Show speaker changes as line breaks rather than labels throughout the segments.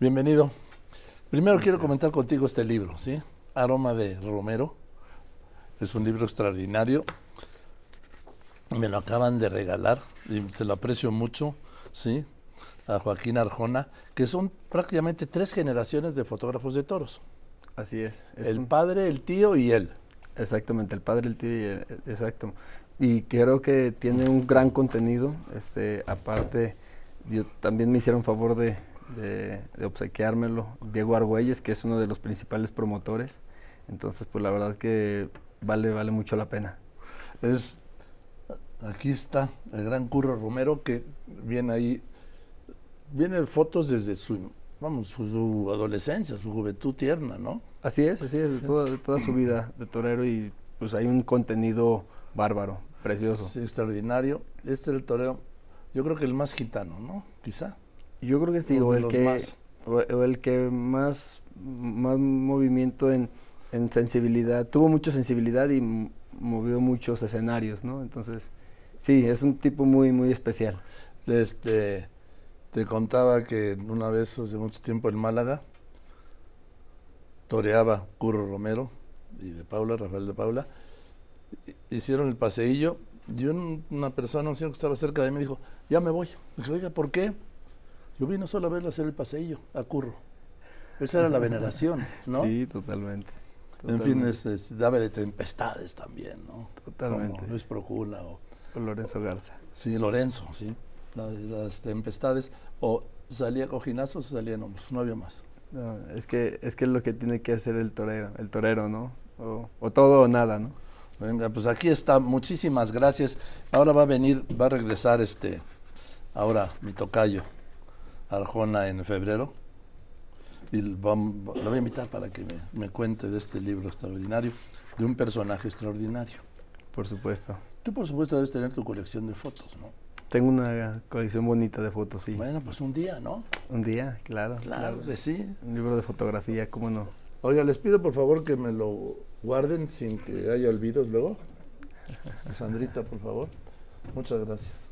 Bienvenido. Primero quiero comentar contigo este libro, ¿sí? Aroma de Romero. Es un libro extraordinario. Me lo acaban de regalar y te lo aprecio mucho, ¿sí? A Joaquín Arjona, que son prácticamente tres generaciones de fotógrafos de toros.
Así es. es
El
un-
padre, el tío y él.
Exactamente, el padre, el tío, y el- el- exacto. Y creo que tiene un gran contenido. Este, aparte, yo, también me hicieron favor de, de- de obsequiármelo. Diego Argüelles, que es uno de los principales promotores. Entonces, pues la verdad que vale, vale mucho la pena.
es aquí está el gran Curro Romero que viene ahí vienen fotos desde su vamos su, su adolescencia su juventud tierna no
Así es, así es, de toda, de toda su vida de torero y pues hay un contenido bárbaro, precioso.
Sí, extraordinario este es el toreo yo creo que el más gitano no quizá
Yo creo que sí,
o
o
de
el
los
que,
más.
o, o el que más, más movimiento en, en sensibilidad, tuvo mucha sensibilidad y m- movió muchos escenarios, ¿no? Entonces, sí, es un tipo muy, muy especial.
este te contaba que una vez hace mucho tiempo en Málaga toreaba Curro Romero y de Paula Rafael de Paula E-, hicieron el paseillo y un- una persona un señor que estaba cerca de mí dijo, ya me voy. Dije, oiga, ¿por qué? Yo vine solo a verlo hacer el paseillo a Curro. Esa era la veneración, ¿no?
Sí, totalmente.
en fin,
totalmente,
es, es- daba de tempestades también, ¿no? Como
Totalmente.
Luis Procula o
con Lorenzo Garza.
sí, Lorenzo, ¿sí? La- las tempestades. O salía cojinazos o salía hombros, no había más.
No, es que, es que es lo que tiene que hacer el torero, el torero, ¿no? O, o todo o nada, ¿no?
Venga, pues aquí está. Muchísimas gracias. Ahora va a venir, va a regresar este, ahora mi tocayo, Arjona, en febrero. Y l- vam- lo voy a invitar para que me, me cuente de este libro extraordinario, de un personaje extraordinario.
Por supuesto.
Tú, por supuesto, debes tener tu colección de fotos, ¿no?
Tengo una colección bonita de fotos, sí.
Bueno, pues un día, ¿no?
Un día, claro.
Claro que sí.
Un libro de fotografía, ¿cómo no?
Oiga, les pido por favor que me lo guarden sin que haya olvidos luego. Sandrita, por favor. Muchas gracias.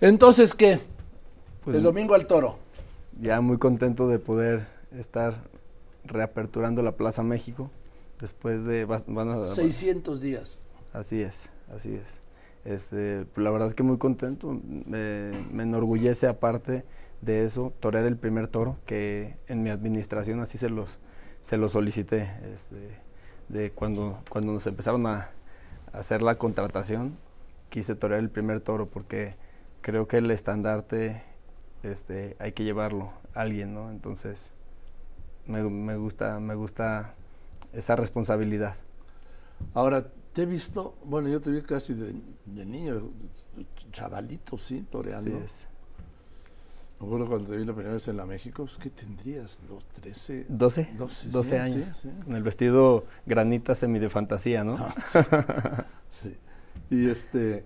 Entonces, ¿qué?
Pues,
el domingo al toro.
ya muy contento de poder estar reaperturando la Plaza México después de vas- van a-
600 días.
así es así es este pues, la verdad que muy contento me, me enorgullece aparte de eso torear el primer toro que en mi administración así se los se los solicité este, de cuando cuando nos empezaron a, a hacer la contratación quise torear el primer toro porque creo que el estandarte este, hay que llevarlo a alguien, ¿no? Entonces, me, me gusta, me gusta esa responsabilidad.
Ahora, te he visto, bueno, yo te vi casi de, de niño, chavalito, sí,
Así
toreando.
es.
Me acuerdo cuando te vi la primera vez en la México, pues, ¿qué tendrías? ¿Dos, trece?
12,
Doce,
12
sí,
años.
sí, sí.
En el vestido granita semi de fantasía, ¿no?
Sí. Y este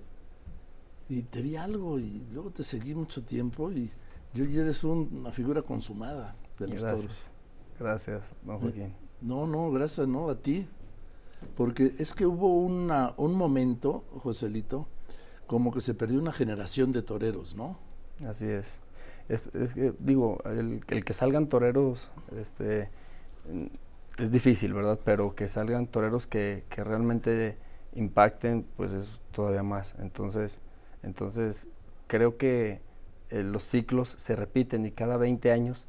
y te vi algo y luego te seguí mucho tiempo y yo y eres un- una figura consumada de los toros. Mm.
Gracias. Gracias, don Joaquín.
No, no, gracias no a ti. Porque es que hubo una, un momento, Joselito, como que se perdió una generación de toreros, ¿no?
Así es. Es, es que, digo, el, el que salgan toreros, este, mm, es difícil, ¿verdad? Pero que salgan toreros que, que realmente impacten, pues es todavía más. Entonces, entonces creo que eh, los ciclos se repiten y cada 20 años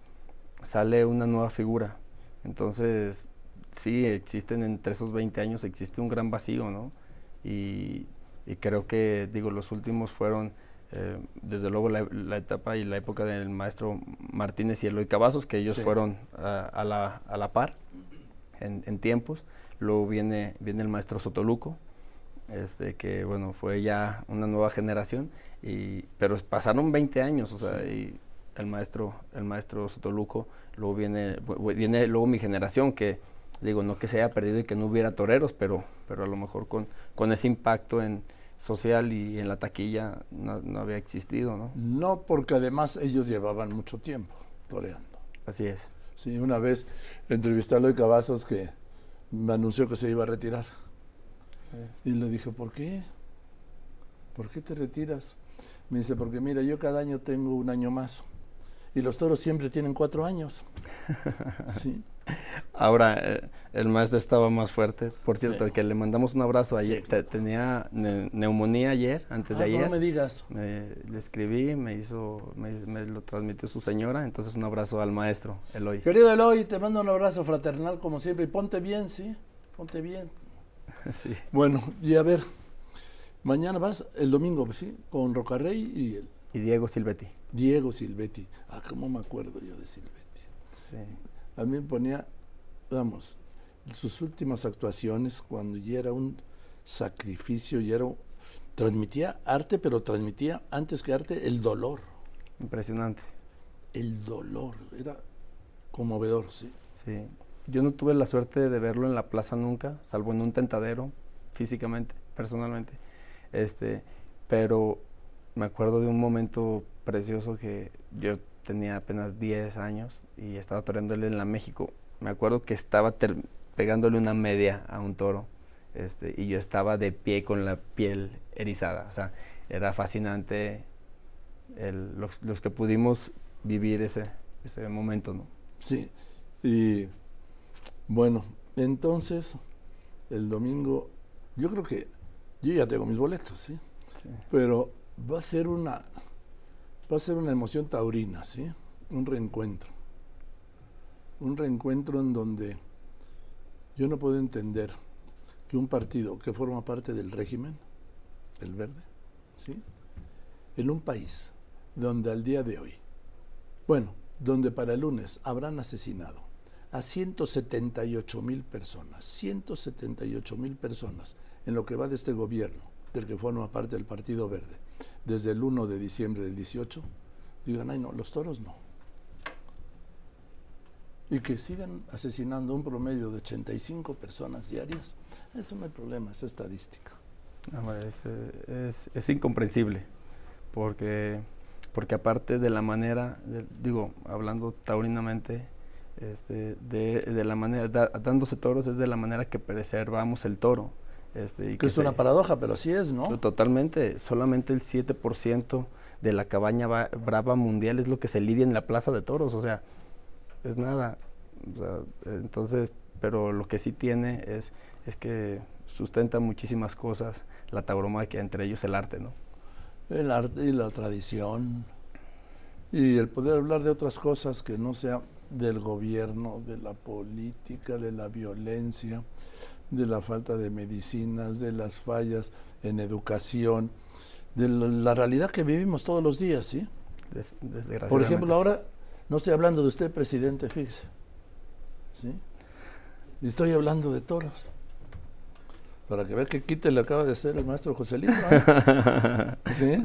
sale una nueva figura. Entonces, sí, existen entre esos 20 años, existe un gran vacío, ¿no? Y, y creo que, digo, los últimos fueron, eh, desde luego, la, la etapa y la época del maestro Martínez y Eloy Cavazos, que ellos
Sí.
fueron a, a la, a la par en, en tiempos. Luego viene, viene el maestro Sotoluco, este, que, bueno, fue ya una nueva generación, y, pero pasaron 20 años, o sea, y el maestro, el maestro Sotoluco, luego viene, bu- bu- viene luego mi generación, que digo, no que se haya perdido y que no hubiera toreros, pero, pero a lo mejor con, con ese impacto en social y en la taquilla no, no había existido, ¿no?
No porque además ellos llevaban mucho tiempo toreando.
Así es.
Sí, una vez entrevisté a Eloy Cavazos que me anunció que se iba a retirar. Y le dije, ¿por qué? ¿Por qué te retiras? Me dice, porque mira, yo cada año tengo un año más. y los toros siempre tienen cuatro años. Sí.
Ahora, eh, el maestro estaba más fuerte. Por cierto, que le mandamos un abrazo. Ayer te- tenía ne- neumonía ayer, antes de
Ah,
ayer.
no me digas.
Me- le escribí, me hizo, me, me lo transmitió su señora. Entonces, un abrazo al maestro, Eloy.
Querido Eloy, te mando un abrazo fraternal como siempre y ponte bien, ¿sí? Ponte bien.
Sí.
Bueno, y a ver, mañana vas, el domingo, ¿sí? Con Rocarrey y el
Y Diego Silvetti.
Diego Silvetti. Ah, ¿cómo me acuerdo yo de Silvetti?
Sí.
A mí me ponía, vamos, sus últimas actuaciones cuando ya era un sacrificio, ya era un- transmitía arte, pero transmitía antes que arte el dolor,
Impresionante.
el dolor, era conmovedor, sí.
Sí. Yo no tuve la suerte de verlo en la plaza nunca, salvo en un tentadero, físicamente, personalmente. Este, pero me acuerdo de un momento precioso que yo tenía apenas 10 años y estaba toreándole en la México. Me acuerdo que estaba ter- pegándole una media a un toro, este, y yo estaba de pie con la piel erizada. O sea, era fascinante el- los, los que pudimos vivir ese, ese momento, ¿no?
Sí, y bueno, entonces el domingo, yo creo que yo ya tengo mis boletos, ¿sí?
Sí.
Pero va a ser una va a ser una emoción taurina, ¿sí? Un reencuentro. Un reencuentro en donde yo no puedo entender que un partido que forma parte del régimen, del verde, ¿sí? En un país donde al día de hoy, bueno, donde para el lunes habrán asesinado a 178 mil personas, 178 mil personas en lo que va de este gobierno, del que forma parte del Partido Verde, desde el 1 de diciembre del 18, digan, ay no, los toros no. Y que sigan asesinando un promedio de 85 personas diarias, eso no hay problema, es estadística.
No, hombre, es, eh, Ah, es- es incomprensible, porque, porque aparte de la manera, de- digo, hablando taurinamente, este, de, de la manera, da- dándose toros es de la manera que preservamos el toro. Este, y
Que es
se-
una paradoja, pero así es, ¿no?
Totalmente, solamente el 7% de la cabaña va- brava mundial es lo que se lidia en la plaza de toros, o sea, es nada. O sea, entonces, pero lo que sí tiene es, es que sustenta muchísimas cosas la tauromaquia, entre ellos el arte, ¿no?
El arte y la tradición y el poder hablar de otras cosas que no sea del gobierno, de la política, de la violencia, de la falta de medicinas, de las fallas en educación, de la- la realidad que vivimos todos los días, ¿sí?
De- desgraciadamente,
Por ejemplo,
sí.
ahora no estoy hablando de usted, presidente, fíjese. ¿Sí? Y Estoy hablando de toros. Para que vea que quite le acaba de hacer el maestro Joselito. ¿eh? ¿Sí?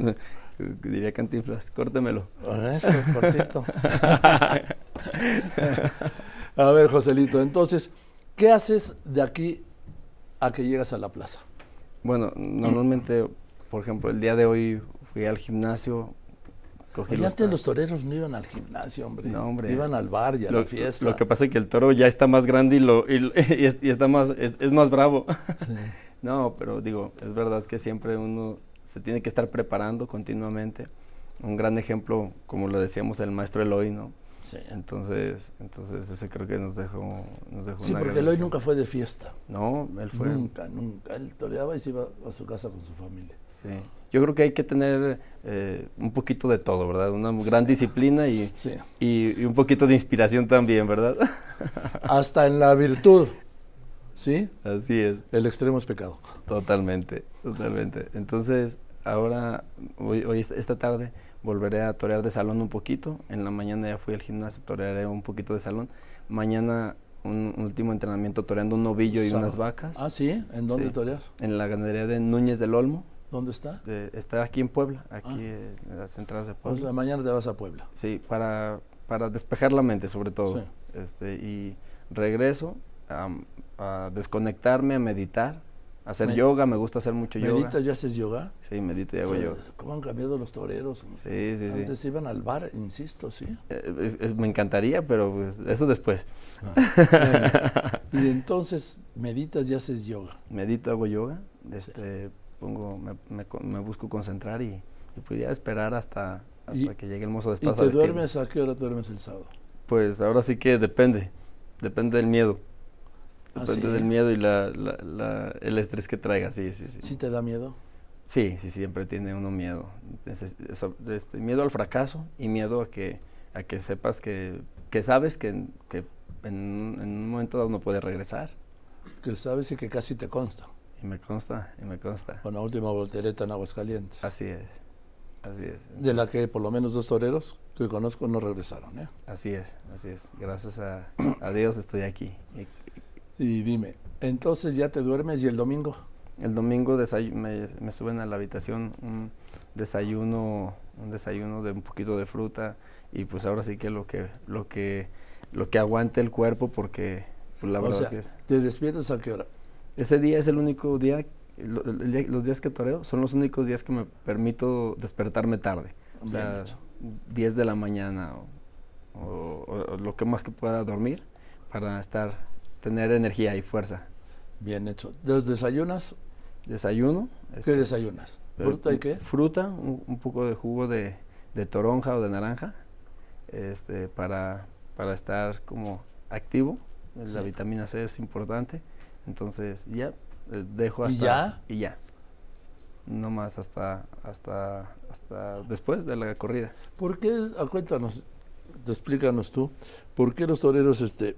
Diría Cantinflas, córtemelo.
Eso, cortito. a ver, Joselito, entonces, ¿qué haces de aquí a que llegas a la plaza?
Bueno, normalmente, por ejemplo, el día de hoy fui al gimnasio, cogí
Oye,
los
antes
pa-
Pues los toreros no iban al gimnasio, hombre.
No, hombre.
Iban al bar y a
lo,
la fiesta.
lo que pasa es que el toro ya está más grande y, lo, y, y es, y está más, es, es más bravo.
Sí.
No, pero digo, es verdad que siempre uno se tiene que estar preparando continuamente. Un gran ejemplo, como lo decíamos, el maestro Eloy, ¿no?
Sí,
Entonces, entonces ese creo que nos dejó, nos dejó
Sí,
una
porque
gran
Eloy
lección.
nunca fue de fiesta.
No, él fue...
Nunca, nunca. Él toreaba y se iba a su casa con su familia.
sí. Yo creo que hay que tener eh, un poquito de todo, ¿verdad? Una gran disciplina y,
Sí.
y- y un poquito de inspiración también, ¿verdad?
Hasta en la virtud. ¿Sí?
Así es.
El extremo es pecado.
Totalmente, totalmente. Entonces, ahora, hoy, hoy est- esta tarde, volveré a torear de salón un poquito. En la mañana ya fui al gimnasio, torearé un poquito de salón. Mañana, un último entrenamiento toreando un novillo y unas
Sábado.
vacas
Ah, sí. ¿En dónde
Sí.
toreas?
en la ganadería de Núñez del Olmo.
¿Dónde está?
de- está aquí en Puebla, aquí eh, en las entradas de
Ah. O
Puebla.
sea, mañana te vas a Puebla.
Sí, para, para despejar la mente sobre todo.
Sí.
Este, y regreso am, a desconectarme, a meditar, a hacer
Med-
yoga, me gusta hacer mucho yoga.
¿Meditas y haces yoga?
Sí, medito y hago
Oye,
yoga.
¿Cómo han cambiado los toreros?
Sí, sí, sí.
Antes iban al bar, insisto, sí.
Eh, es- es- me encantaría, pero pues, eso después.
Y entonces meditas y haces yoga.
Medito, hago yoga, este, pongo, me, me co- me busco concentrar y, y pues ya esperar hasta, hasta que llegue el mozo
¿Y
de espadas a
te
vestirme.
duermes a qué hora duermes el sábado?
Pues ahora sí que depende, depende del miedo.
Ah,
Depende
¿sí?
del miedo y la, la- la- el estrés que traiga, sí, sí, sí.
¿Sí te da miedo?
Sí, sí, siempre tiene uno miedo. Neces- so- este, miedo al fracaso y miedo a que, a que sepas que, que sabes que, en- que en, un- en un momento dado no puedes regresar.
Que sabes y que casi te consta.
Y me consta, y me consta.
Con la última voltereta en Aguascalientes.
Así es, así es.
De la que por lo menos dos toreros que conozco no regresaron. ¿eh?
Así es, así es. Gracias a, a Dios estoy aquí. Y
Y dime, entonces ya te duermes y el domingo.
El domingo desay- me, me suben a la habitación un desayuno, un desayuno de un poquito de fruta y pues ahora sí que lo que lo que lo que aguante el cuerpo porque pues, la
O
verdad
sea,
que es-
¿Te despiertas a qué hora?
ese día es el único día, lo- el día- los días que toreo son los únicos días que me permito despertarme tarde, o
Bien
sea,
hecho.
10 de la mañana o, o- o- o lo que más que pueda dormir para estar tener energía y fuerza.
Bien hecho. ¿Los desayunas?
Desayuno,
¿Qué
este,
desayunas?
Pero
¿Fruta y
pu-
qué?
Fruta, un, un poco de jugo de, de toronja o de naranja, este, para, para estar como activo. La
Sí.
vitamina C es importante, entonces ya eh, dejo
¿Y
hasta
ya?
y ya. No más hasta hasta hasta después de la corrida.
¿Por qué, ah, cuéntanos, te explícanos tú, por qué los toreros este,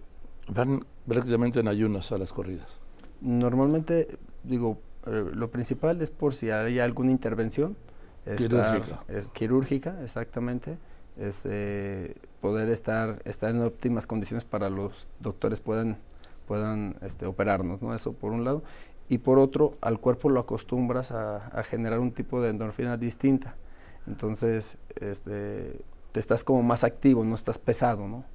van prácticamente en ayunas a las corridas?
Normalmente digo eh, lo principal es por si hay alguna intervención estar-
Quirúrgica.
es quirúrgica, exactamente. Este, poder estar, estar en óptimas condiciones para los doctores puedan, puedan este, operarnos, ¿no? Eso por un lado. Y por otro, al cuerpo lo acostumbras a, a generar un tipo de endorfina distinta. Entonces, este, te estás como más activo, no estás pesado, ¿no?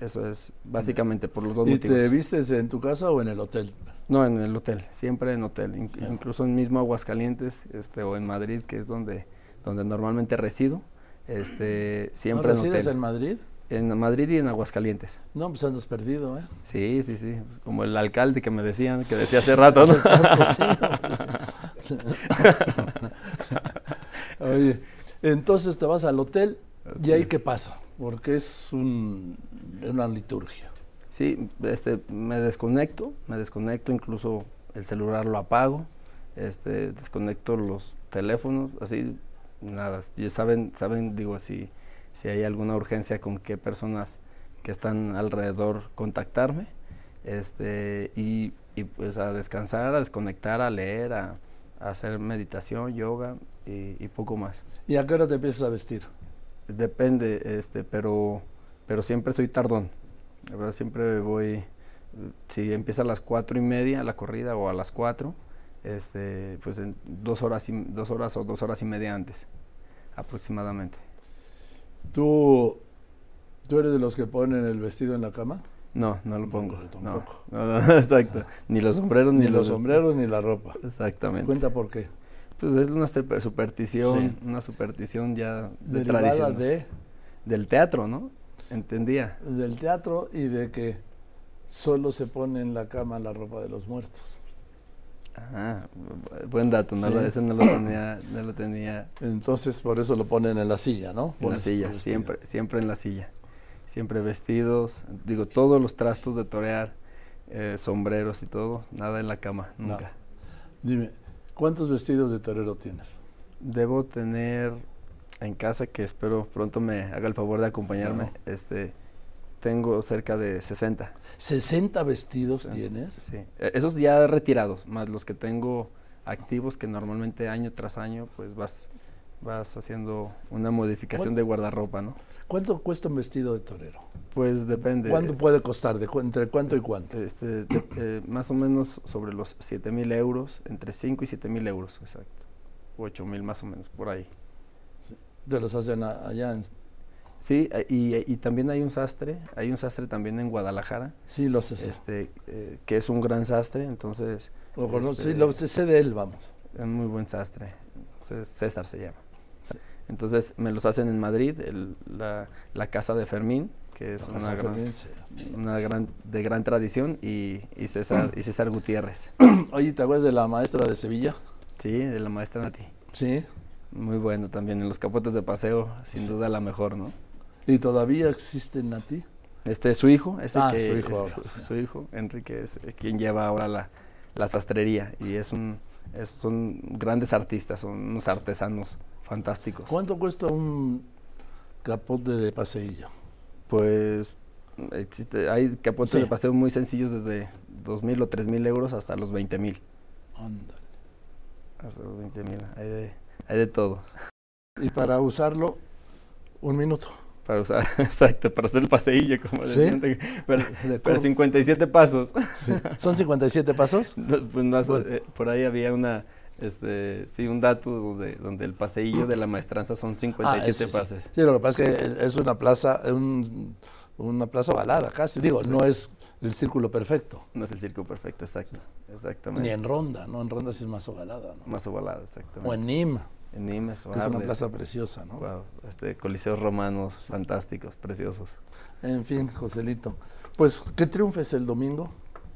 Eso es básicamente por los dos
¿Y
motivos.
te vistes en tu casa o en el hotel?
No, en el hotel, siempre en hotel, inc-
Ya.
incluso en mismo Aguascalientes este, o en Madrid, que es donde, donde normalmente resido, este, siempre
¿No
en
resides
hotel.
en Madrid?
En Madrid y en Aguascalientes.
No, pues andas perdido, ¿eh?
Sí, sí, sí, pues, como el alcalde que me decían, que decía hace rato, ¿no?
Estás cocido, pues. Oye, entonces te vas al hotel y ahí qué pasa, porque es un- una liturgia.
Sí, este, me desconecto, me desconecto, incluso el celular lo apago, este, desconecto los teléfonos, así, nada, ya saben, saben, digo, si, si hay alguna urgencia con qué personas que están alrededor contactarme, este, y, y, pues a descansar, a desconectar, a leer, a, a hacer meditación, yoga y- y poco más.
¿Y a qué hora te empiezas a vestir?
Depende, este, pero, pero siempre soy tardón. La verdad, siempre voy, eh, si empieza a las cuatro y media la corrida o a las cuatro, este, pues en dos horas, y- dos horas o dos horas y media antes, aproximadamente.
¿Tú, ¿Tú eres de los que ponen el vestido en la cama?
No, no lo
No,
pongo.
yo
No,
tampoco.
no, no, exacto. Ni los sombreros
Ni,
ni,
los
des-
sombreros ni la ropa.
Exactamente.
Cuenta por qué.
Pues es una super- superstición,
Sí.
una superstición ya de
Derivada
tradición. ¿no?
de,
Del teatro, ¿no? Entendía.
del teatro y de que solo se pone en la cama la ropa de los muertos.
Ah, bu- buen dato, no lo-
Sí.
ese no lo tenía, no lo tenía
Entonces por eso lo ponen en la silla, ¿no?
en la
Pones tu
silla,
vestido.
siempre, siempre en la silla, siempre vestidos, digo, todos los trastos de torear, eh, sombreros y todo, nada en la cama,
No.
nunca.
Dime, ¿cuántos vestidos de torero tienes?
Debo tener en casa, que espero pronto me haga el favor de acompañarme,
Claro.
este, tengo cerca de 60.
60 vestidos
Sí,
tienes.
Sí, E- esos ya retirados, más los que tengo activos que normalmente año tras año pues vas vas haciendo una modificación de guardarropa, ¿no?
¿Cuánto cuesta un vestido de torero?
Pues depende.
¿Cuánto puede costar? ¿De cu- ¿Entre cuánto y cuánto?
Este, de- eh, más o menos sobre los 7 mil euros, entre 5 y 7 mil euros, exacto. 8 mil más o menos, por ahí.
Te los hacen a- allá. en-
Sí, eh, y, y también hay un sastre, hay un sastre también en Guadalajara,
Sí, los sé.
este, eh, que es un gran sastre, entonces
Lo conozco, sí,
este-
lo sé, sé de él, vamos.
Es muy buen sastre. Entonces, César se llama.
Sí.
Entonces me los hacen en Madrid, el- la, la casa de Fermín, que es
Ajá,
una
San
gran,
Fermín, sí.
una gran de gran tradición, y, y César y César Gutiérrez.
Oye, ¿te acuerdas de la maestra de Sevilla?
Sí, de la maestra Nati.
Sí.
Muy bueno también, en los capotes de paseo, sin
Sí.
duda la mejor, ¿no?
¿Y todavía existen a ti?
Este es su hijo, ese
Ah,
que
su hijo
es-
ahora.
su, su hijo, Enrique, es eh, quien lleva ahora la, la sastrería y es un, es- son grandes artistas, son unos artesanos fantásticos.
¿Cuánto cuesta un capote de paseillo?
Pues existe, hay capotes
Sí.
de paseo muy sencillos desde 2.000 o 3.000 euros hasta los 20.000.
Ándale.
Hasta los 20.000, hay de, hay de todo.
Y para usarlo, un minuto.
Para usar, exacto, para hacer el paseillo, como
Sí.
decían, de- Pero,
De
pero
cor-
57 pasos.
¿Son 57 pasos?
No, pues más,
Bueno.
eh, por ahí había una, este, sí, un dato donde, donde el paseillo de la maestranza son 57
ese Ah, sí.
pases.
Sí, lo que pasa es que es una plaza, un- una plaza ovalada casi. Digo, no es el círculo perfecto.
No es el circo perfecto, exacto.
Ni
Exactamente.
en ronda, ¿no? En ronda sí es más ovalada, ¿no?
Más ovalado,
O
exactamente.
en Nîmes,
En Nimes,
que es una
Oables,
plaza preciosa, ¿no?
wow, este, coliseos romanos fantásticos, preciosos.
En fin, Joselito. Pues que triunfes el domingo,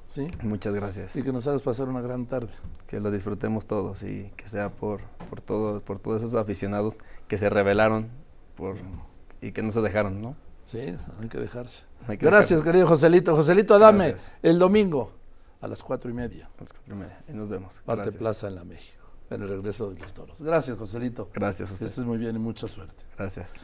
¿sí?
Muchas gracias.
Y que nos hagas pasar una gran tarde.
Que lo disfrutemos todos y que sea por, por, todo, por todos esos aficionados que se rebelaron por, y que no se dejaron, ¿no?
Sí, no hay que dejarse.
No hay que
Gracias, querido Joselito. Joselito, dame
Gracias.
el domingo a las cuatro y media,
dejarlos. A las cuatro y media. Y nos vemos.
parte
Gracias.
Plaza en la México, en el regreso de los toros. Gracias, Joselito.
Gracias a
Que
ustedes.
estés muy bien y mucha suerte.
Gracias.